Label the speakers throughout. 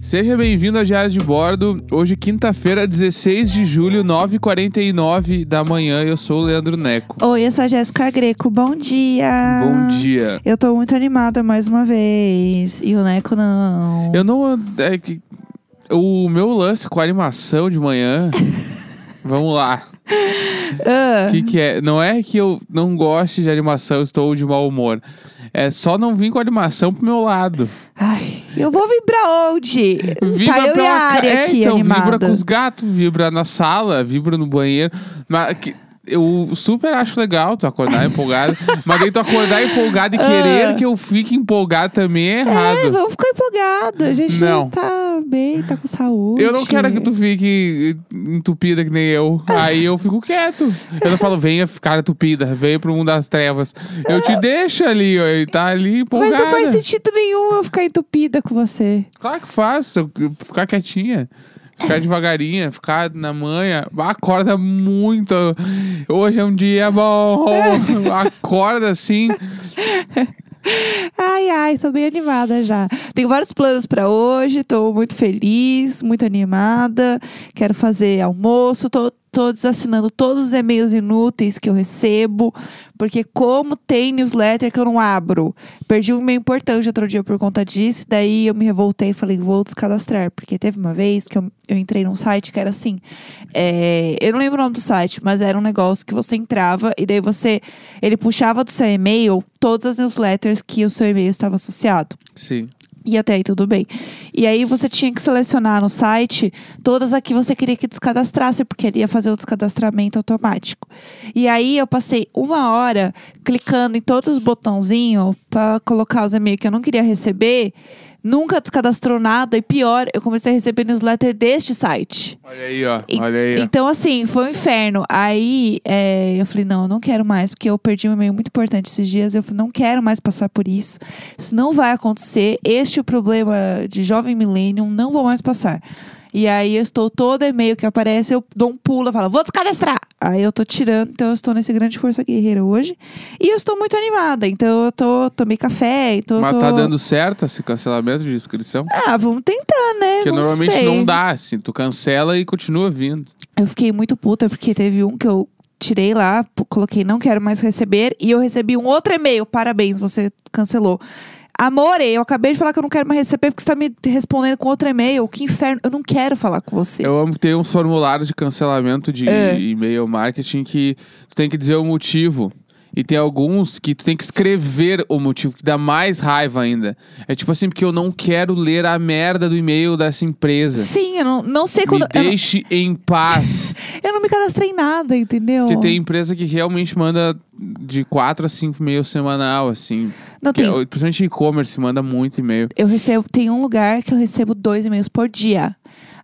Speaker 1: Seja bem-vindo à Diário de Bordo. Hoje, quinta-feira, 16 de julho, 9h49 da manhã. Eu sou o Leandro Neco.
Speaker 2: Oi, eu sou a Jéssica Greco. Bom dia!
Speaker 1: Bom dia.
Speaker 2: Eu tô muito animada mais uma vez. E o Neco não.
Speaker 1: Eu não. É que, o meu lance com a animação de manhã. Vamos lá.
Speaker 2: Ah,
Speaker 1: O que, que é? Não é que eu não goste de animação, estou de mau humor. É só não vir com a animação pro meu lado.
Speaker 2: ai, eu vou vibrar onde? tá eu e
Speaker 1: pela
Speaker 2: a
Speaker 1: ca-
Speaker 2: área
Speaker 1: é,
Speaker 2: aqui
Speaker 1: então, vibra
Speaker 2: animada.
Speaker 1: com os gatos, vibra na sala, vibra no banheiro. Mas que- eu super acho legal tu acordar empolgado. mas daí tu acordar empolgado e
Speaker 2: Ah.
Speaker 1: querer que eu fique empolgado também é
Speaker 2: É,
Speaker 1: errado.
Speaker 2: vamos ficar empolgado. A gente
Speaker 1: Não.
Speaker 2: tá bem, tá com saúde.
Speaker 1: eu não quero que tu fique entupida que nem eu. Aí eu fico quieto. Eu não falo, venha ficar entupida, venha pro mundo das trevas. Eu te deixo ali, ó, e tá ali
Speaker 2: Mas
Speaker 1: empolgada.
Speaker 2: não faz sentido nenhum eu ficar entupida com você.
Speaker 1: Claro que faz. eu- eu Ficar quietinha. Ficar devagarinha, ficar na manha. Acorda muito. Hoje é um dia bom. Acorda assim.
Speaker 2: Ai, ai, tô bem animada já. Tenho vários planos pra hoje, tô muito feliz, muito animada. Quero fazer almoço, tô, tô desassinando todos os e-mails inúteis que eu recebo, porque como tem newsletter que eu não abro, perdi um e-mail importante outro dia por conta disso, daí eu me revoltei e falei, vou descadastrar, porque teve uma vez que eu, eu entrei num site que era assim, é, eu não lembro o nome do site, mas era um negócio que você entrava e daí você, ele puxava do seu e-mail todas as newsletters que o seu e-mail estava associado.
Speaker 1: Sim.
Speaker 2: E até aí tudo bem. E aí você tinha que selecionar no site todas a que você queria que descadastrasse, porque ele ia fazer o descadastramento automático. E aí eu passei uma hora clicando em todos os botãozinhos para colocar os e-mails que eu não queria receber. Nunca descadastrou nada e pior, eu comecei a receber newsletter deste site.
Speaker 1: Olha aí, ó.
Speaker 2: E-
Speaker 1: Olha aí. ó.
Speaker 2: Então, assim, foi um inferno. Aí é, eu falei, não, eu não quero mais, porque eu perdi um e-mail muito importante esses dias. Eu falei, não quero mais passar por isso. Isso não vai acontecer. Este é o problema de jovem millennium, não vou mais passar. E aí eu estou todo e-mail que aparece, eu dou um pulo, eu falo, vou descadastrar. Aí eu tô tirando, então eu estou nesse grande força guerreira hoje. E eu estou muito animada. Então eu tô, tomei café, então eu
Speaker 1: Mas
Speaker 2: tô.
Speaker 1: tá dando certo esse cancelamento de inscrição?
Speaker 2: Ah, vamos tentar, né?
Speaker 1: Porque
Speaker 2: não
Speaker 1: normalmente
Speaker 2: sei.
Speaker 1: não dá, assim. Tu cancela e continua vindo.
Speaker 2: Eu fiquei muito puta porque teve um que eu tirei lá, p- coloquei não quero mais receber e eu recebi um outro e-mail. Parabéns, você cancelou. Amore, eu acabei de falar que eu não quero mais receber porque você tá me respondendo com outro e-mail. Que inferno, eu não quero falar com você.
Speaker 1: Eu amo que tem uns formulários de cancelamento de
Speaker 2: É.
Speaker 1: e-mail marketing que tu tem que dizer o motivo. E tem alguns que tu tem que escrever o motivo, que dá mais raiva ainda. É tipo assim, porque eu não quero ler a merda do e-mail dessa empresa.
Speaker 2: Sim, eu não, não sei
Speaker 1: Me
Speaker 2: quando. Eu não,
Speaker 1: deixe em paz.
Speaker 2: eu não me cadastrei em nada, entendeu?
Speaker 1: Porque tem empresa que realmente manda de 4 a 5 e-mails semanal, assim.
Speaker 2: Não,
Speaker 1: Que,
Speaker 2: tem,
Speaker 1: é, principalmente e-commerce manda muito e-mail.
Speaker 2: eu recebo, tem um lugar que eu recebo dois e-mails por dia.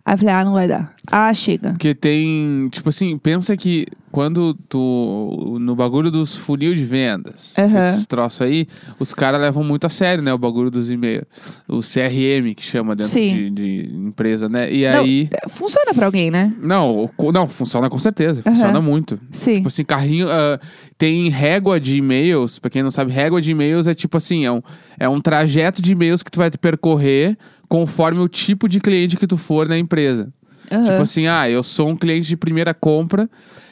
Speaker 2: Aí eu falei, ah, não vai dar. Ah, chega.
Speaker 1: Porque tem, tipo assim, pensa que quando tu. No bagulho dos funil de vendas,
Speaker 2: Aham.
Speaker 1: esses troços aí, os caras levam muito a sério, né? O bagulho dos e-mails. O CRM que chama dentro de,
Speaker 2: Sim.
Speaker 1: de empresa, né? E
Speaker 2: Não. é-
Speaker 1: aí.
Speaker 2: Funciona pra alguém, né?
Speaker 1: Não, o- não, funciona com certeza. Funciona muito.
Speaker 2: Sim.
Speaker 1: Tipo assim, carrinho. ah, tem régua de e-mails. Pra quem não sabe, régua de e-mails é tipo assim: é um, é um trajeto de e-mails que tu vai percorrer conforme o tipo de cliente que tu for na empresa. Tipo
Speaker 2: Aham.
Speaker 1: assim, ah, eu sou um cliente de primeira compra,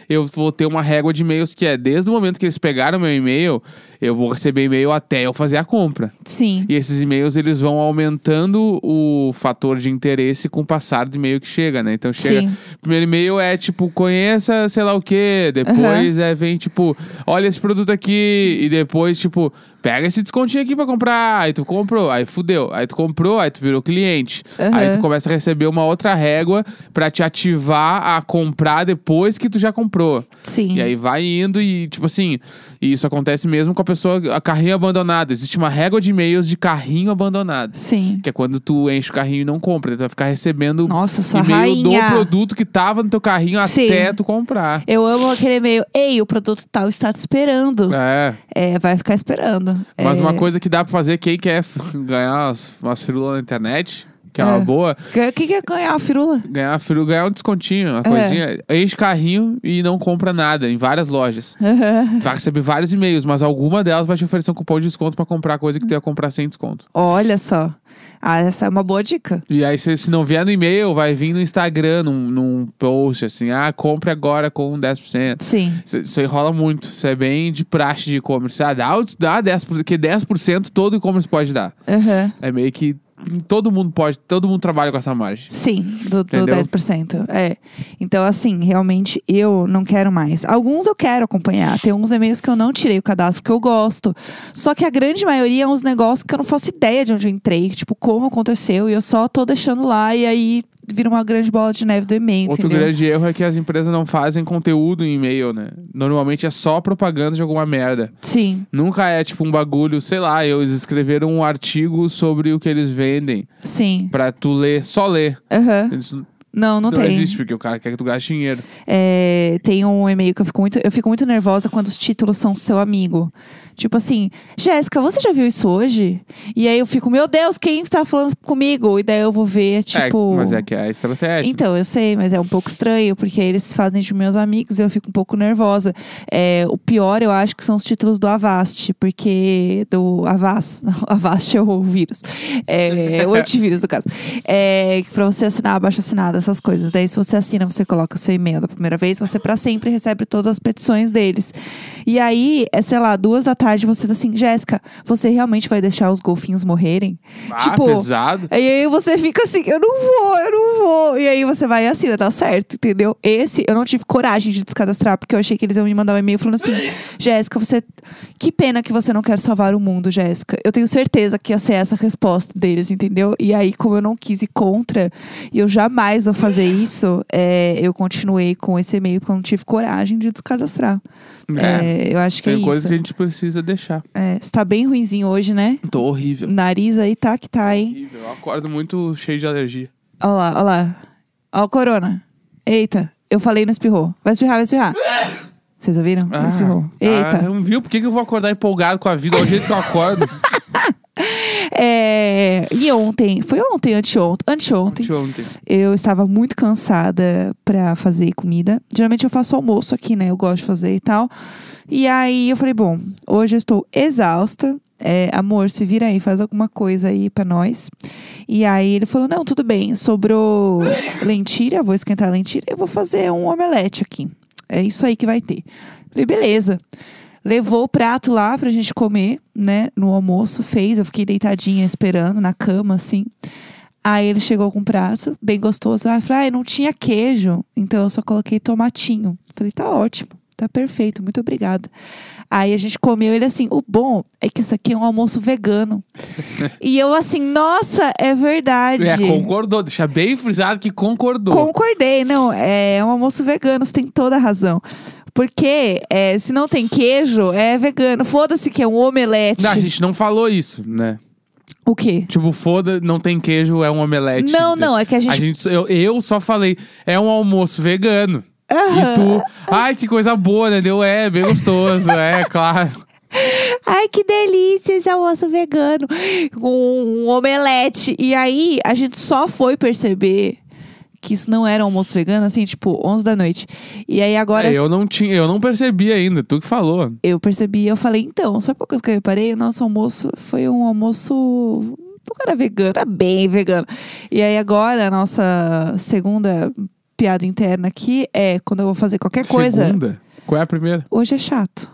Speaker 1: eu vou ter uma régua de e-mails que é desde o momento que eles pegaram meu e-mail, eu vou receber e-mail até eu fazer a compra.
Speaker 2: Sim.
Speaker 1: E esses e-mails eles vão aumentando o fator de interesse com o passar do e-mail que chega, né? Então chega,
Speaker 2: Sim.
Speaker 1: Primeiro e-mail é tipo, conheça sei lá o quê. Depois é, vem tipo, olha esse produto aqui. E depois, tipo, pega esse descontinho aqui pra comprar. Aí tu comprou, aí fudeu. Aí tu comprou, aí tu virou cliente.
Speaker 2: Aham.
Speaker 1: Aí tu começa a receber uma outra régua pra te ativar a comprar depois que tu já comprou.
Speaker 2: Sim.
Speaker 1: E aí vai indo e, tipo assim, e isso acontece mesmo com a pessoa, a carrinho abandonado. Existe uma régua de e-mails de carrinho abandonado.
Speaker 2: Sim.
Speaker 1: Que é quando tu enche o carrinho e não compra. Tu vai ficar recebendo
Speaker 2: Nossa, sua
Speaker 1: e-mail
Speaker 2: rainha.
Speaker 1: do produto que tava no teu carrinho
Speaker 2: Sim.
Speaker 1: até tu comprar.
Speaker 2: Eu amo aquele e-mail. Ei, o produto tal está te esperando.
Speaker 1: É.
Speaker 2: É, vai ficar esperando.
Speaker 1: Mas
Speaker 2: É,
Speaker 1: uma coisa que dá pra fazer, quem quer f- ganhar umas, umas firulas na internet, que é, uma
Speaker 2: É.
Speaker 1: boa.
Speaker 2: O que, que é ganhar uma firula?
Speaker 1: Ganhar, fru- ganhar um descontinho, uma
Speaker 2: É.
Speaker 1: coisinha. Enche carrinho e não compra nada em várias lojas. Vai receber vários e-mails, mas alguma delas vai te oferecer um cupom de desconto pra comprar coisa que tu ia comprar sem desconto.
Speaker 2: Olha só. Ah, essa é uma boa dica.
Speaker 1: E aí, se, se não vier no e-mail, vai vir no Instagram, num, num post, assim, ah, compre agora com 10%.
Speaker 2: Sim.
Speaker 1: Isso- Isso aí rola muito. Isso é bem de praxe de e-commerce. Ah, dá, o- dá 10%, porque 10% todo e-commerce pode dar.
Speaker 2: Aham.
Speaker 1: É meio que todo mundo pode, todo mundo trabalha com essa margem.
Speaker 2: Sim, do, do
Speaker 1: Entendeu?
Speaker 2: 10%. É. Então, assim, realmente eu não quero mais. Alguns eu quero acompanhar. Tem uns e-mails que eu não tirei o cadastro que eu gosto. Só que a grande maioria é uns negócios que eu não faço ideia de onde eu entrei, tipo, como aconteceu, e eu só tô deixando lá e aí vira uma grande bola de neve do e-mail.
Speaker 1: Outro
Speaker 2: entendeu?
Speaker 1: grande erro é que as empresas não fazem conteúdo em e-mail, né? Normalmente é só propaganda de alguma merda.
Speaker 2: Sim,
Speaker 1: Nunca é tipo um bagulho, sei lá, eles escreveram um artigo sobre o que eles vendem
Speaker 2: sim.
Speaker 1: pra tu ler, só ler.
Speaker 2: Aham.
Speaker 1: Isso não,
Speaker 2: Não, não, tem.
Speaker 1: Então, existe, porque o cara quer que tu gaste dinheiro.
Speaker 2: É, tem um e-mail que eu fico muito. Eu fico muito nervosa quando os títulos são seu amigo. Tipo assim, Jéssica, você já viu isso hoje? E aí eu fico, meu Deus, quem tá falando comigo? E daí eu vou ver, tipo.
Speaker 1: É, mas é que é a estratégia.
Speaker 2: Então, eu sei, mas é um pouco estranho, porque eles fazem de meus amigos e eu fico um pouco nervosa. É, o pior, eu acho, que são os títulos do Avast, porque. Do Avast. Não, Avast é o vírus. É, o antivírus, no caso. É, que pra você assinar, abaixo assinado, essas coisas. Daí, se você assina, você coloca o seu e-mail da primeira vez, você pra sempre recebe todas as petições deles. E aí, é, sei lá, duas da tarde, você tá assim, Jéssica, você realmente vai deixar os golfinhos morrerem?
Speaker 1: Ah,
Speaker 2: tipo,
Speaker 1: pesado.
Speaker 2: e aí você fica assim, eu não vou, eu não vou. E aí você vai e assina, tá certo, entendeu? Esse eu não tive coragem de descadastrar, porque eu achei que eles iam me mandar um e-mail falando assim, Jéssica, você. Que pena que você não quer salvar o mundo, Jéssica. Eu tenho certeza que ia ser essa a resposta deles, entendeu? E aí, como eu não quis ir contra, e eu jamais vou fazer isso, é, eu continuei com esse e-mail porque eu não tive coragem de descadastrar.
Speaker 1: É,
Speaker 2: É, eu acho que
Speaker 1: tem
Speaker 2: é
Speaker 1: coisa
Speaker 2: isso.
Speaker 1: que a gente precisa deixar.
Speaker 2: É, você tá bem ruinzinho hoje, né?
Speaker 1: Tô horrível.
Speaker 2: Nariz aí tá que tá, hein?
Speaker 1: Horrível. Eu acordo muito cheio de alergia.
Speaker 2: Olha lá, olha lá. Olha o corona. Eita, eu falei não espirrou. Vai espirrar, vai espirrar. Vocês ouviram? Não espirrou.
Speaker 1: Ah,
Speaker 2: Eita.
Speaker 1: não viu? Por que, que eu vou acordar empolgado com a vida? Olha o jeito que eu acordo.
Speaker 2: É, E ontem, foi ontem, anteontem, anteontem,
Speaker 1: Anteontem.
Speaker 2: eu estava muito cansada pra fazer comida. Geralmente eu faço almoço aqui, né? Eu gosto de fazer e tal. E aí eu falei, bom, hoje eu estou exausta. É, amor, se vira aí, faz alguma coisa aí pra nós. E aí ele falou: não, tudo bem, sobrou lentilha, vou esquentar a lentilha e vou fazer um omelete aqui. É isso aí que vai ter. Falei, beleza. Levou o prato lá pra gente comer, né? No almoço, fez. Eu fiquei deitadinha esperando na cama, assim. Aí ele chegou com um prato, bem gostoso. Aí eu falei, ah, não tinha queijo, então eu só coloquei tomatinho. Falei, tá ótimo, tá perfeito, muito obrigada. Aí a gente comeu ele assim, o bom é que isso aqui é um almoço vegano. e eu assim, nossa, é verdade.
Speaker 1: É, concordou. Deixa bem frisado que concordou.
Speaker 2: Concordei, não. É um almoço vegano, você tem toda a razão. Porque é, se não tem queijo, é vegano. Foda-se que é um omelete.
Speaker 1: Não, a gente não falou isso, né?
Speaker 2: O quê?
Speaker 1: Tipo, foda, não tem queijo, é um omelete.
Speaker 2: Não, não, é que a gente.
Speaker 1: A gente eu, eu só falei, é um almoço vegano. E tu, ai, que coisa boa, né? Deu, é, bem gostoso, é, claro.
Speaker 2: Ai, que delícia esse almoço vegano. Um, um omelete. E aí, a gente só foi perceber que isso não era almoço vegano, assim, tipo, 11 da noite. E aí agora.
Speaker 1: É, eu não tinha, eu não percebi ainda, tu que falou.
Speaker 2: eu percebi, eu falei, então, sabe uma coisa que eu reparei? O nosso almoço foi um almoço. Não era vegano, era bem vegano. E aí agora, a nossa segunda piada interna aqui é quando eu vou fazer qualquer coisa.
Speaker 1: Segunda? Qual é a primeira?
Speaker 2: Hoje é chato.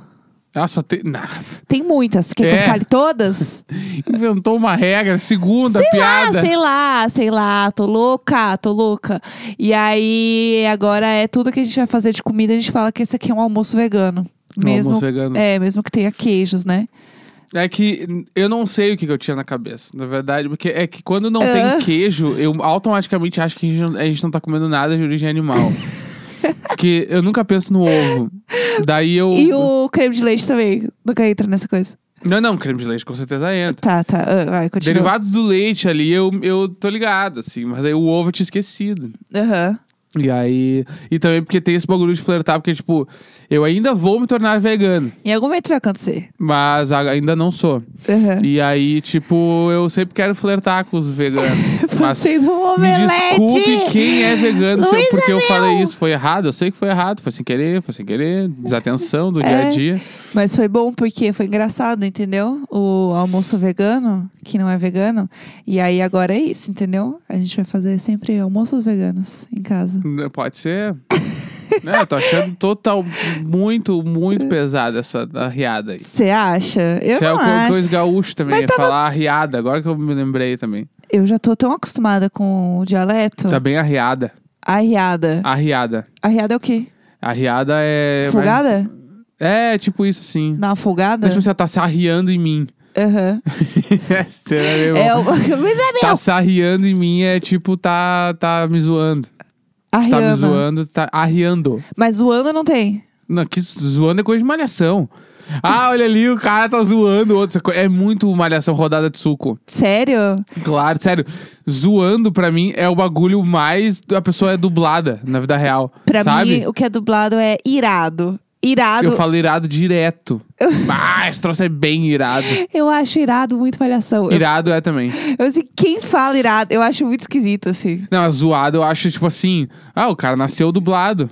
Speaker 1: Ah, só tem. Nah,
Speaker 2: Tem muitas. Quer que
Speaker 1: É.
Speaker 2: eu fale todas?
Speaker 1: inventou uma regra, segunda
Speaker 2: ah,
Speaker 1: piada.
Speaker 2: sei lá, sei lá, tô louca, tô louca. E aí, agora é tudo que a gente vai fazer de comida, a gente fala que esse aqui é um almoço vegano.
Speaker 1: Um
Speaker 2: Mesmo,
Speaker 1: almoço vegano.
Speaker 2: É, mesmo que tenha queijos, né?
Speaker 1: É que hum, eu não sei o que, que eu tinha na cabeça, na verdade, porque é que quando não
Speaker 2: Ah.
Speaker 1: tem queijo, eu automaticamente acho que a gente, não- a gente não tá comendo nada de origem animal. Porque eu nunca penso no ovo. Daí eu.
Speaker 2: E o creme de leite também. Nunca entra nessa coisa.
Speaker 1: Não, não, creme de leite com certeza entra.
Speaker 2: Tá, tá. ah, vai, continua.
Speaker 1: Derivados do leite ali, eu, eu tô ligado, assim, mas aí o ovo eu tinha esquecido.
Speaker 2: Aham.
Speaker 1: E aí. E também porque tem esse bagulho de flertar, porque, tipo, eu ainda vou me tornar vegano,
Speaker 2: Em algum momento vai acontecer.
Speaker 1: mas a- ainda não sou.
Speaker 2: Uhum.
Speaker 1: E aí, tipo, eu sempre quero flertar com os veganos. mas
Speaker 2: Passei no
Speaker 1: me
Speaker 2: omelete.
Speaker 1: desculpe quem é vegano, se eu-
Speaker 2: Luísa
Speaker 1: porque eu
Speaker 2: Mel.
Speaker 1: falei isso. Foi errado, eu sei que foi errado, foi sem querer, foi sem querer, desatenção do dia
Speaker 2: É.
Speaker 1: a dia.
Speaker 2: Mas foi bom porque foi engraçado, entendeu? O almoço vegano, que não é vegano. E aí agora é isso, entendeu? A gente vai fazer sempre almoços veganos em casa.
Speaker 1: Né, Pode ser. né, eu tô achando total, muito, muito pesada essa arriada aí.
Speaker 2: Você acha? Eu
Speaker 1: Isso é
Speaker 2: não
Speaker 1: o
Speaker 2: acho.
Speaker 1: coisa gaúcho também,
Speaker 2: Mas
Speaker 1: é
Speaker 2: tava-
Speaker 1: falar arriada, agora que eu me lembrei também.
Speaker 2: Eu já tô tão acostumada com o dialeto.
Speaker 1: Tá bem arriada.
Speaker 2: Arriada.
Speaker 1: Arriada.
Speaker 2: Arriada é o quê?
Speaker 1: Arriada Ah. é.
Speaker 2: Folgada?
Speaker 1: É, tipo isso assim.
Speaker 2: Não, folgada?
Speaker 1: Mas tipo, você tá se arriando em mim.
Speaker 2: Aham.
Speaker 1: Esse termo é bom.
Speaker 2: É o... Luiz Abel!
Speaker 1: Tá se arriando em mim é tipo, tá, tá me zoando. Tu Tá me
Speaker 2: Arriana.
Speaker 1: zoando, tá arriando.
Speaker 2: Mas zoando não tem.
Speaker 1: Não, que zoando é coisa de malhação. Ah, olha ali, o cara tá zoando o outro. É muito malhação rodada de suco.
Speaker 2: Sério?
Speaker 1: Claro, sério. Zoando pra mim é o bagulho mais. A pessoa é dublada na vida real.
Speaker 2: Pra
Speaker 1: sabe?
Speaker 2: mim, o que é dublado é irado. Irado.
Speaker 1: Eu falo irado direto. ah, esse troço é bem irado.
Speaker 2: Eu acho irado muito palhação. Eu,
Speaker 1: Irado é também.
Speaker 2: eu assim, quem fala irado, eu acho muito esquisito, assim.
Speaker 1: Não, zoado eu acho tipo assim. Ah, o cara nasceu dublado.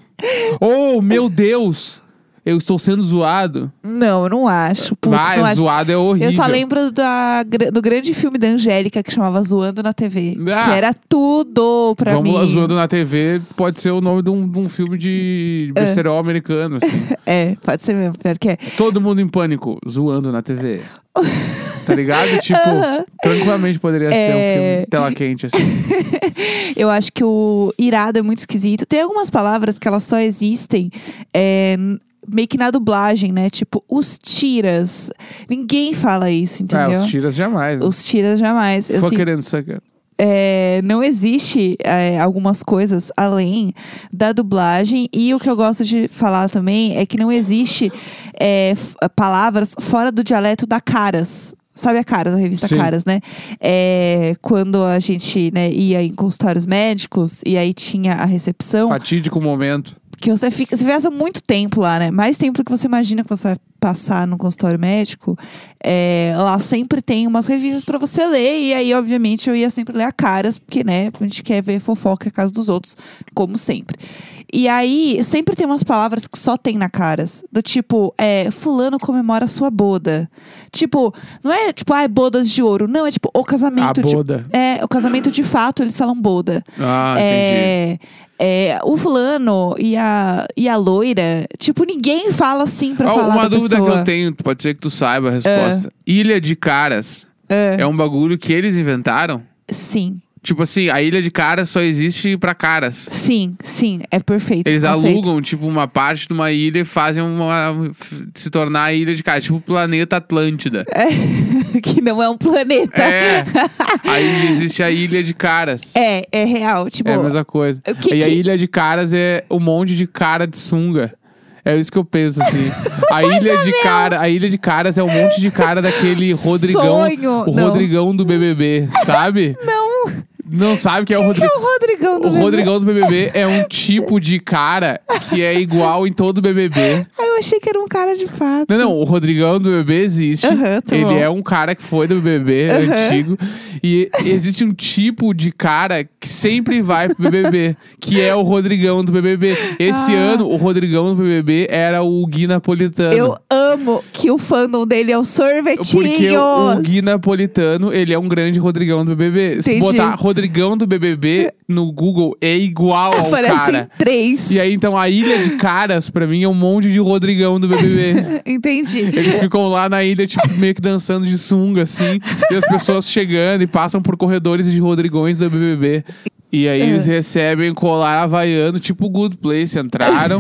Speaker 1: Oh, meu Deus! Eu estou sendo zoado.
Speaker 2: Não, eu não acho. Putz,
Speaker 1: ah,
Speaker 2: não acho.
Speaker 1: zoado é horrível.
Speaker 2: Eu só lembro da, gra- do grande filme da Angélica que chamava Zoando na TV.
Speaker 1: Ah.
Speaker 2: Que era tudo pra
Speaker 1: Vamos
Speaker 2: mim.
Speaker 1: lá, zoando na TV pode ser o nome de um, de um filme de besterol americano. assim.
Speaker 2: É, pode ser mesmo, pior que é.
Speaker 1: Todo mundo em pânico, zoando na TV. tá ligado? Tipo,
Speaker 2: Aham.
Speaker 1: tranquilamente poderia ser um
Speaker 2: É.
Speaker 1: filme tela quente, assim.
Speaker 2: Eu acho que o irado é muito esquisito. Tem algumas palavras que elas só existem é, n- meio que na dublagem, né? Tipo, os tiras. Ninguém fala
Speaker 1: Ah,
Speaker 2: isso, entendeu?
Speaker 1: os tiras jamais. Né?
Speaker 2: os tiras jamais. Eu, assim,
Speaker 1: Fucker and sucker.
Speaker 2: é, não existe é, algumas coisas além da dublagem. E o que eu gosto de falar também é que não existe é, f- palavras fora do dialeto da Caras. Sabe a Caras, a revista
Speaker 1: Sim.
Speaker 2: Caras, né? É, quando a gente né, ia em consultórios médicos e aí tinha a recepção,
Speaker 1: Fatídico momento.
Speaker 2: que você fica. Você gasta muito tempo lá, né? Mais tempo do que você imagina que você vai passar no consultório médico. É, lá sempre tem umas revistas pra você ler. E aí, obviamente, eu ia sempre ler a caras, porque, né, a gente quer ver fofoca a casa dos outros, como sempre. E aí, sempre tem umas palavras que só tem na caras. Do tipo, é, fulano comemora sua boda. Tipo, não é tipo, ai, bodas de ouro. Não, é tipo, o
Speaker 1: A
Speaker 2: casamento de.
Speaker 1: boda.
Speaker 2: É, o casamento de fato, eles falam boda.
Speaker 1: Ah, entendi.
Speaker 2: É, é, o fulano e a, e a loira, tipo, ninguém fala assim pra
Speaker 1: Ah,
Speaker 2: falar
Speaker 1: uma
Speaker 2: da
Speaker 1: dúvida
Speaker 2: pessoa.
Speaker 1: que eu tenho, pode ser que tu saiba a resposta. Ilha de Caras
Speaker 2: É.
Speaker 1: é. um bagulho que eles inventaram?
Speaker 2: Sim,
Speaker 1: Tipo assim, a Ilha de Caras só existe pra caras.
Speaker 2: sim, sim, é perfeito.
Speaker 1: Eles
Speaker 2: esse conceito.
Speaker 1: alugam, tipo, uma parte de uma ilha e fazem uma. f- se tornar a ilha de caras. Tipo o planeta Atlântida.
Speaker 2: É, que não é um planeta.
Speaker 1: É. Aí existe a ilha de caras.
Speaker 2: É, é real. Tipo,
Speaker 1: É a mesma coisa.
Speaker 2: o que
Speaker 1: e a
Speaker 2: que-
Speaker 1: ilha de caras é um monte de cara de sunga. É isso que eu penso, assim. A ilha de cara, a ilha de caras é um monte de cara daquele Rodrigão.
Speaker 2: Sonho!
Speaker 1: O
Speaker 2: Não.
Speaker 1: Rodrigão do BBB, sabe?
Speaker 2: não, o
Speaker 1: Não sabe quem é o
Speaker 2: que é
Speaker 1: Rodrigão.
Speaker 2: o Rodrigão do
Speaker 1: O
Speaker 2: BBB?
Speaker 1: Rodrigão do BBB é um tipo de cara que é igual em todo BBB.
Speaker 2: Ah, eu achei que era um cara de fato.
Speaker 1: Não, não, o Rodrigão do BBB existe.
Speaker 2: Aham, tá
Speaker 1: Ele
Speaker 2: bom.
Speaker 1: é um cara que foi do BBB
Speaker 2: Aham.
Speaker 1: antigo. E existe um tipo de cara que sempre vai pro BBB, que é o Rodrigão do BBB. Esse
Speaker 2: Ah.
Speaker 1: ano, o Rodrigão do BBB era o Gui Napolitano.
Speaker 2: Eu amo que o fandom dele é o
Speaker 1: Porque o
Speaker 2: sorvetinho.
Speaker 1: Gui Napolitano, ele é um grande Rodrigão do BBB. Se
Speaker 2: Entendi.
Speaker 1: botar Rodrigão do BBB no Google, é igual ao
Speaker 2: Aparecem
Speaker 1: cara.
Speaker 2: três.
Speaker 1: E aí, então, a Ilha de Caras, pra mim, é um monte de Rodrigão do BBB.
Speaker 2: Entendi.
Speaker 1: Eles ficam lá na ilha, tipo, meio que dançando de sunga, assim. e as pessoas chegando e passam por corredores de Rodrigões da BBB. E aí eles recebem colar havaiano, tipo Good Place, entraram.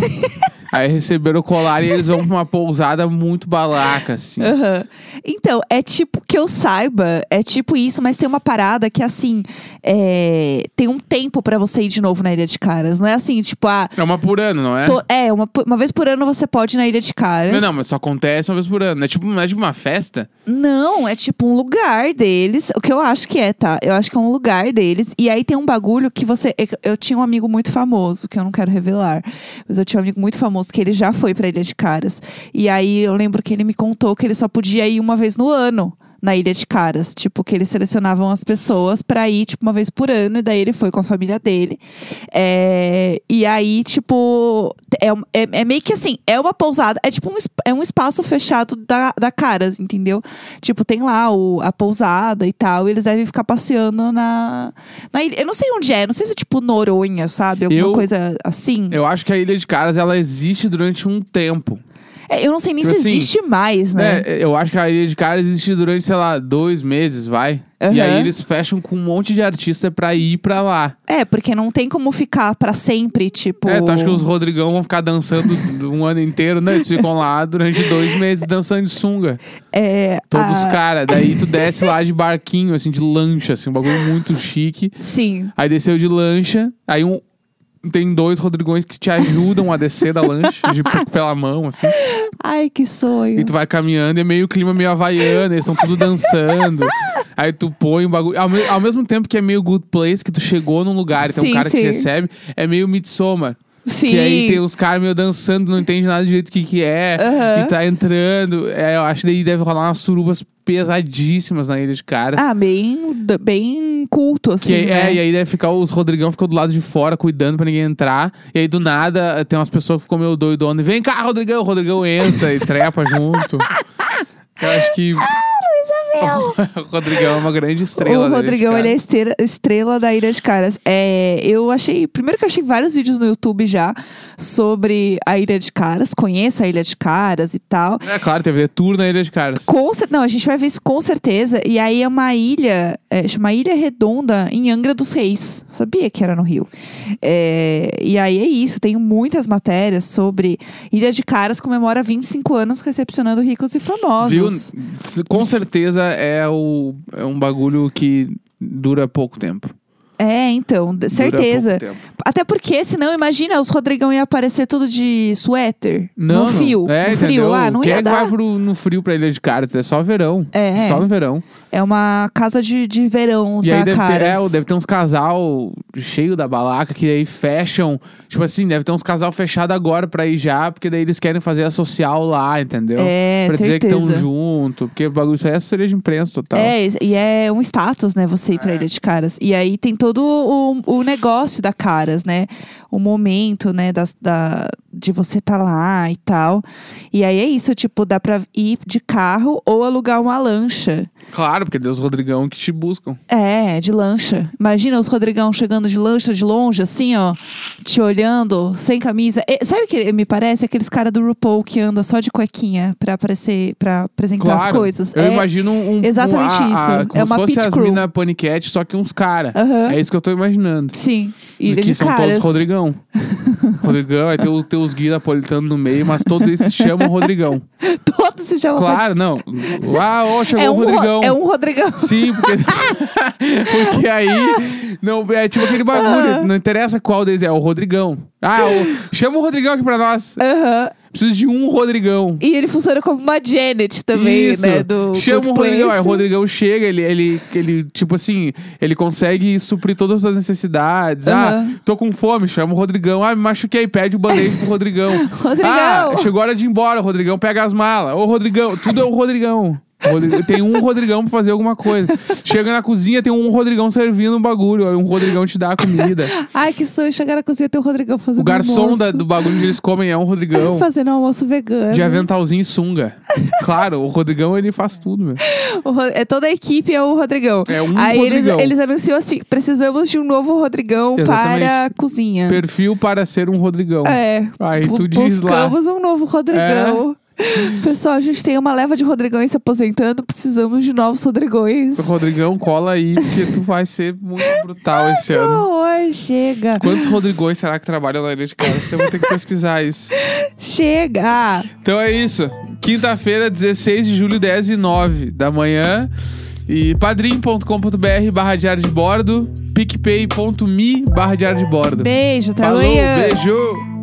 Speaker 1: Aí receberam o colar e eles vão pra uma pousada muito balaca, assim.
Speaker 2: Aham. Então, é tipo que eu saiba, é tipo isso, mas tem uma parada que assim, é, tem um tempo pra você ir de novo na Ilha de Caras. Não é assim, tipo, ah,
Speaker 1: É uma por ano, não é?
Speaker 2: tô- é, uma, po- uma vez por ano você pode ir na Ilha de Caras.
Speaker 1: Não, não, mas só acontece uma vez por ano. Não é tipo, não é tipo uma festa?
Speaker 2: Não, é tipo um lugar deles. O que eu acho que é, tá? Eu acho que é um lugar deles. E aí tem um bagulho que você. eu- Eu tinha um amigo muito famoso, que eu não quero revelar. Mas eu tinha um amigo muito famoso que ele já foi pra Ilha de Caras. E aí eu lembro que ele me contou que ele só podia ir uma vez no ano. Na Ilha de Caras, tipo, que eles selecionavam as pessoas pra ir, tipo, uma vez por ano, e daí ele foi com a família dele. É, e aí, tipo, é, um- é- é meio que assim, é uma pousada, é tipo um, es- é um espaço fechado da, da Caras, entendeu? Tipo, tem lá o, a pousada e tal, e eles devem ficar passeando na, na ilha. Eu não sei onde é, não sei se é tipo Noronha, sabe? Alguma
Speaker 1: Eu-
Speaker 2: coisa assim. É,
Speaker 1: Eu
Speaker 2: Eu,
Speaker 1: acho que a Ilha de Caras, ela existe durante um tempo.
Speaker 2: É, não sei nem
Speaker 1: Tipo
Speaker 2: se
Speaker 1: assim,
Speaker 2: existe mais, né?
Speaker 1: É, eu acho que a Ilha de Caras existe durante, sei lá, dois meses, vai. E
Speaker 2: Aham.
Speaker 1: aí eles fecham com um monte de artista pra ir pra lá.
Speaker 2: É, porque não tem como ficar pra sempre, tipo.
Speaker 1: É, tu acha que os Rodrigão vão ficar dançando um ano inteiro? Não, eles ficam lá durante dois meses dançando de sunga.
Speaker 2: É,
Speaker 1: Todos os
Speaker 2: a-
Speaker 1: caras. Daí tu desce lá de barquinho, assim, de lancha, assim, um bagulho muito chique.
Speaker 2: Sim.
Speaker 1: Aí desceu de lancha, aí um. Tem dois Rodrigões que te ajudam a descer da lancha, de, pela mão, assim.
Speaker 2: Ai, que sonho.
Speaker 1: E tu vai caminhando, e é meio clima meio havaiano, eles estão tudo dançando. Aí tu põe um bagulho. Ao, me- ao mesmo tempo que é meio good place, que tu chegou num lugar e tem um
Speaker 2: Sim,
Speaker 1: cara que
Speaker 2: sim.
Speaker 1: recebe, é meio midsommar.
Speaker 2: Sim.
Speaker 1: Que aí tem uns caras meio dançando, não entende nada direito o que, que é.
Speaker 2: Aham.
Speaker 1: E tá entrando. É, eu acho que daí deve rolar umas surubas pesadíssimas na ilha de caras.
Speaker 2: Ah, bem, d- bem culto, assim.
Speaker 1: Que aí-
Speaker 2: né?
Speaker 1: é, e aí deve ficar os Rodrigão ficou do lado de fora, cuidando pra ninguém entrar. E aí do nada tem umas pessoas que ficam meio doidona e vem cá, Rodrigão, o Rodrigão entra e trepa junto. Eu acho que. Ah, o Rodrigão é uma grande estrela.
Speaker 2: o
Speaker 1: né,
Speaker 2: Rodrigão,
Speaker 1: de cara.
Speaker 2: ele é estrela, estrela da Ilha de Caras. É, eu achei. Primeiro que eu achei vários vídeos no YouTube já sobre a Ilha de Caras. Conheça a Ilha de Caras e tal.
Speaker 1: É claro, teve tour na Ilha de Caras.
Speaker 2: Com cer- não, a gente vai ver isso com certeza. E aí é uma ilha, é, chama Ilha Redonda, em Angra dos Reis. Sabia que era no Rio. É, e aí é isso, tem muitas matérias sobre Ilha de Caras comemora 25 anos recepcionando ricos e famosos.
Speaker 1: Viu? S- Com certeza é, o, é um bagulho que dura pouco tempo.
Speaker 2: É, então, d- certeza.
Speaker 1: Dura pouco tempo.
Speaker 2: Até porque, senão, imagina, os Rodrigão ia aparecer tudo de suéter.
Speaker 1: Não,
Speaker 2: no
Speaker 1: não.
Speaker 2: frio.
Speaker 1: É,
Speaker 2: no frio
Speaker 1: entendeu?
Speaker 2: lá, não
Speaker 1: Quem é
Speaker 2: ia
Speaker 1: que
Speaker 2: dar.
Speaker 1: vai pro, no frio pra Ilha de Caras? É só verão.
Speaker 2: É,
Speaker 1: Só
Speaker 2: é.
Speaker 1: no verão.
Speaker 2: É uma casa de, de verão
Speaker 1: E
Speaker 2: da
Speaker 1: aí deve ter,
Speaker 2: Caras.
Speaker 1: é, deve ter uns casal cheio da balaca que aí fecham. Tipo assim, deve ter uns casal fechado agora pra ir já, porque daí eles querem fazer a social lá, entendeu?
Speaker 2: É,
Speaker 1: pra dizer que
Speaker 2: certeza.
Speaker 1: estão junto, porque o bagulho isso aí é assessoria de imprensa total.
Speaker 2: É, e é um status, né, você ir pra
Speaker 1: É.
Speaker 2: Ilha de Caras. E aí tem todo o, o negócio da Caras, né? O momento, né, das- da, de você tá lá e tal. E aí é isso, tipo, dá pra ir de carro ou alugar uma lancha.
Speaker 1: Claro, porque Deus Rodrigão que te buscam.
Speaker 2: É, de lancha. Imagina os Rodrigão chegando de lancha de longe, assim, ó, te olhando, sem camisa. E sabe o que me parece? Aqueles caras do RuPaul que anda só de cuequinha pra aparecer, para apresentar
Speaker 1: Claro.
Speaker 2: as coisas.
Speaker 1: Eu
Speaker 2: é.
Speaker 1: imagino um. um-
Speaker 2: exatamente
Speaker 1: a- a-
Speaker 2: isso.
Speaker 1: como
Speaker 2: É uma
Speaker 1: se fosse
Speaker 2: pit
Speaker 1: as
Speaker 2: crew.
Speaker 1: mina paniquete, só que uns caras.
Speaker 2: Aham.
Speaker 1: É isso que eu tô imaginando.
Speaker 2: Sim, ilha
Speaker 1: que
Speaker 2: de
Speaker 1: são
Speaker 2: caras.
Speaker 1: todos Rodrigão. Rodrigão, aí tem, o- tem os guia napolitano no meio, mas todos eles se chamam Rodrigão.
Speaker 2: Todos se chamam
Speaker 1: Claro, não. Ah, ô, chegou
Speaker 2: é um
Speaker 1: o
Speaker 2: Ro-
Speaker 1: Rodrigão.
Speaker 2: É um Rodrigão.
Speaker 1: Sim, porque... porque aí. Não, é tipo aquele bagulho. Não interessa qual deles é, é o Rodrigão. Ah, o- chama o Rodrigão aqui pra nós.
Speaker 2: Aham.
Speaker 1: Preciso de um Rodrigão.
Speaker 2: E ele funciona como uma Janet também,
Speaker 1: Isso.
Speaker 2: né? Do
Speaker 1: Chama
Speaker 2: Good
Speaker 1: o Rodrigão. é, Aí
Speaker 2: Place.
Speaker 1: o Rodrigão chega, ele, ele, ele, tipo assim, ele consegue suprir todas as suas necessidades. Ah,
Speaker 2: Aham.
Speaker 1: tô com fome, chama o Rodrigão. Ah, me machuquei, pede o band-aid pro Rodrigão.
Speaker 2: Rodrigão!
Speaker 1: Ah, chegou a hora de ir embora, Rodrigão, pega as malas. Ô, Rodrigão, tudo é o Rodrigão. O Rodrigão- Tem um Rodrigão pra fazer alguma coisa. Chega na cozinha, tem um Rodrigão servindo um bagulho. Aí um Rodrigão te dá a comida.
Speaker 2: Ai, que sonho chegar na cozinha e ter o Rodrigão fazendo
Speaker 1: O garçom
Speaker 2: almoço.
Speaker 1: da- do bagulho que eles comem é um Rodrigão.
Speaker 2: Fazendo almoço vegano.
Speaker 1: De aventalzinho e sunga. Claro, o Rodrigão ele faz tudo, meu.
Speaker 2: O Ro- é toda a equipe é o Rodrigão.
Speaker 1: É um
Speaker 2: Aí
Speaker 1: Rodrigão.
Speaker 2: Eles, eles anunciam assim: precisamos de um novo Rodrigão
Speaker 1: Exatamente.
Speaker 2: para a cozinha.
Speaker 1: Perfil para ser um Rodrigão.
Speaker 2: É.
Speaker 1: Aí
Speaker 2: Bu-
Speaker 1: tu diz lá. É.
Speaker 2: Buscamos um novo Rodrigão. Pessoal, a gente tem uma leva de Rodrigões se aposentando, precisamos de novos Rodrigões.
Speaker 1: Rodrigão, cola aí, porque tu vai ser muito brutal esse
Speaker 2: Que
Speaker 1: ano.
Speaker 2: horror, chega.
Speaker 1: Quantos Rodrigões será que trabalham na Ilha de Cara? Você vai ter que pesquisar isso.
Speaker 2: Chega!
Speaker 1: Então é isso. Quinta-feira, 16 de julho, 10 e 9 da manhã. E padrim.com.br barra diário de bordo, picpay.me barra diário de bordo.
Speaker 2: Beijo, até
Speaker 1: Falou,
Speaker 2: amanhã.
Speaker 1: beijo!